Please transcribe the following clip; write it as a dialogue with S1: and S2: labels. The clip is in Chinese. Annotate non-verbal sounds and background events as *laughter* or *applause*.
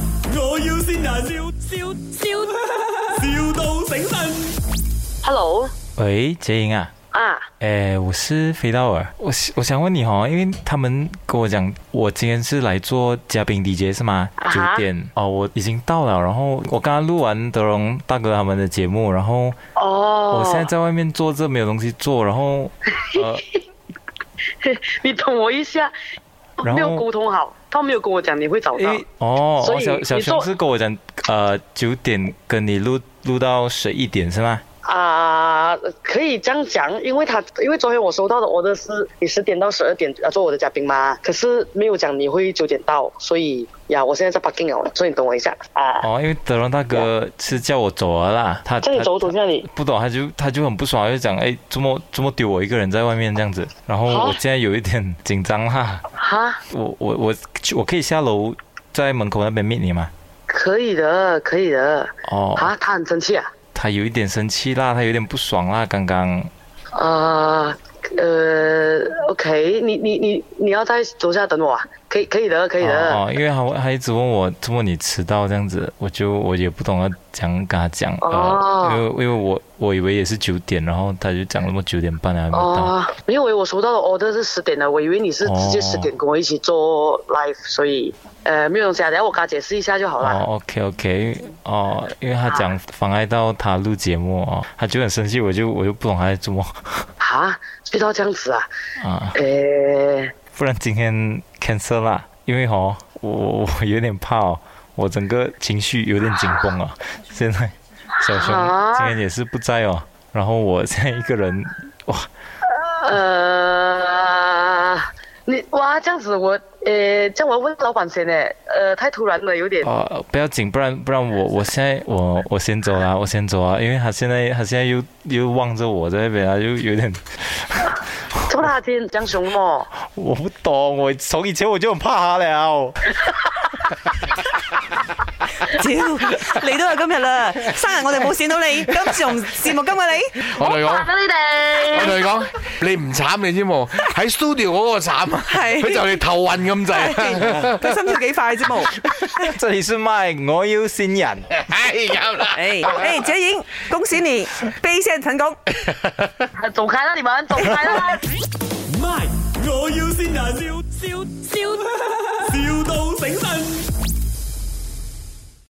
S1: 要先人，笑笑笑，,笑到醒神。
S2: Hello
S3: 喂，杰莹啊，
S2: 啊，
S3: 哎，我是肥道尔，我是我想问你哦，因为他们跟我讲，我今天是来做嘉宾 DJ 是吗？
S2: 啊
S3: 九
S2: 哈
S3: 点哦，我已经到了，然后我刚刚录完德荣大哥他们的节目，然后
S2: 哦，
S3: 我现在在外面坐着没有东西做，然后呃，
S2: 你等我一下，
S3: 然
S2: 没
S3: 后
S2: 有沟通好，他没有跟我讲你会找
S3: 因
S2: 到
S3: 为，哦，
S2: 所以
S3: 哦小小
S2: 你做
S3: 熊是跟我讲，呃，九点跟你录录到十一点是吗？
S2: 啊、可以这样讲，因为他因为昨天我收到的 order 是你十点到十二点要做我的嘉宾嘛，可是没有讲你会九点到，所以呀，我现在在 parking 了，所以你等我一下啊。
S3: 哦，因为德荣大哥是叫我走了啦，他
S2: 这样
S3: 他
S2: 你走走去那里，
S3: 不懂，他就他就很不爽，他就讲哎，怎么怎么丢我一个人在外面这样子？然后
S2: 啊
S3: 我现在有一点紧张哈，
S2: 哈，
S3: 我我我我可以下楼在门口那边 meet 你吗？
S2: 可以的，可以的。
S3: 哦，
S2: 啊，他很生气啊。
S3: 他有一点生气啦，他有点不爽啦，刚刚
S2: 呃呃，OK，你你你你要在楼下等我啊？可以可以的，可以的。
S3: 哦，哦因为他他一直问我怎么你迟到这样子，我就我也不懂要讲跟他讲，
S2: 哦
S3: 呃，因为因为我我以为也是九点，然后他就讲那么九点半还啊没有到，
S2: 哦，没有，我收到的 order 是十点的，我以为你是直接
S3: 哦
S2: 十点跟我一起做 live，、所以呃没有东西啊，等下我跟他解释一下就好了。
S3: 哦，OK OK，哦，因为他讲妨碍到他录节目哦，他就很生气，我就我就不懂他在做么 *laughs*
S2: 啊，遇到这样子啊，
S3: 啊，
S2: 呃，
S3: 不然今天 cancel 啦，因为哦，我我我有点怕哦，我整个情绪有点紧绷哦，现在小熊
S2: 啊
S3: 今天也是不在哦，然后我现在一个人，哇，
S2: 呃，你哇这样子我呃，这样我要问老板先呢，呃，太突然了，有点。
S3: 哦，不要紧，不然不然我我现在我我先走啦，我先走啊，因为他现在他现在又又望着我在那边，他啊就有点。 *laughs*
S2: 这么大天江熊么？
S3: 我不懂，我从以前我就很怕他了。
S4: 屌，你都係今日啦，生日我哋冇閃到你，今次用節目今日你，
S5: 我同你講，
S2: 你
S5: 我
S2: 哋
S5: 同你講，你唔慘你知冇？喺 studio 嗰個慘啊，
S4: 係
S5: 佢就嚟頭暈咁滯。啊
S4: 佢心跳幾快啫冇？
S3: *laughs* 这里是麦，我要新人。
S5: *laughs* 哎咁啦，
S4: 誒誒，姐影，哎恭喜你，悲聲成功。
S2: 啊走开啦，你们走开啦！
S1: My，我要先人，笑笑笑，,笑到醒神。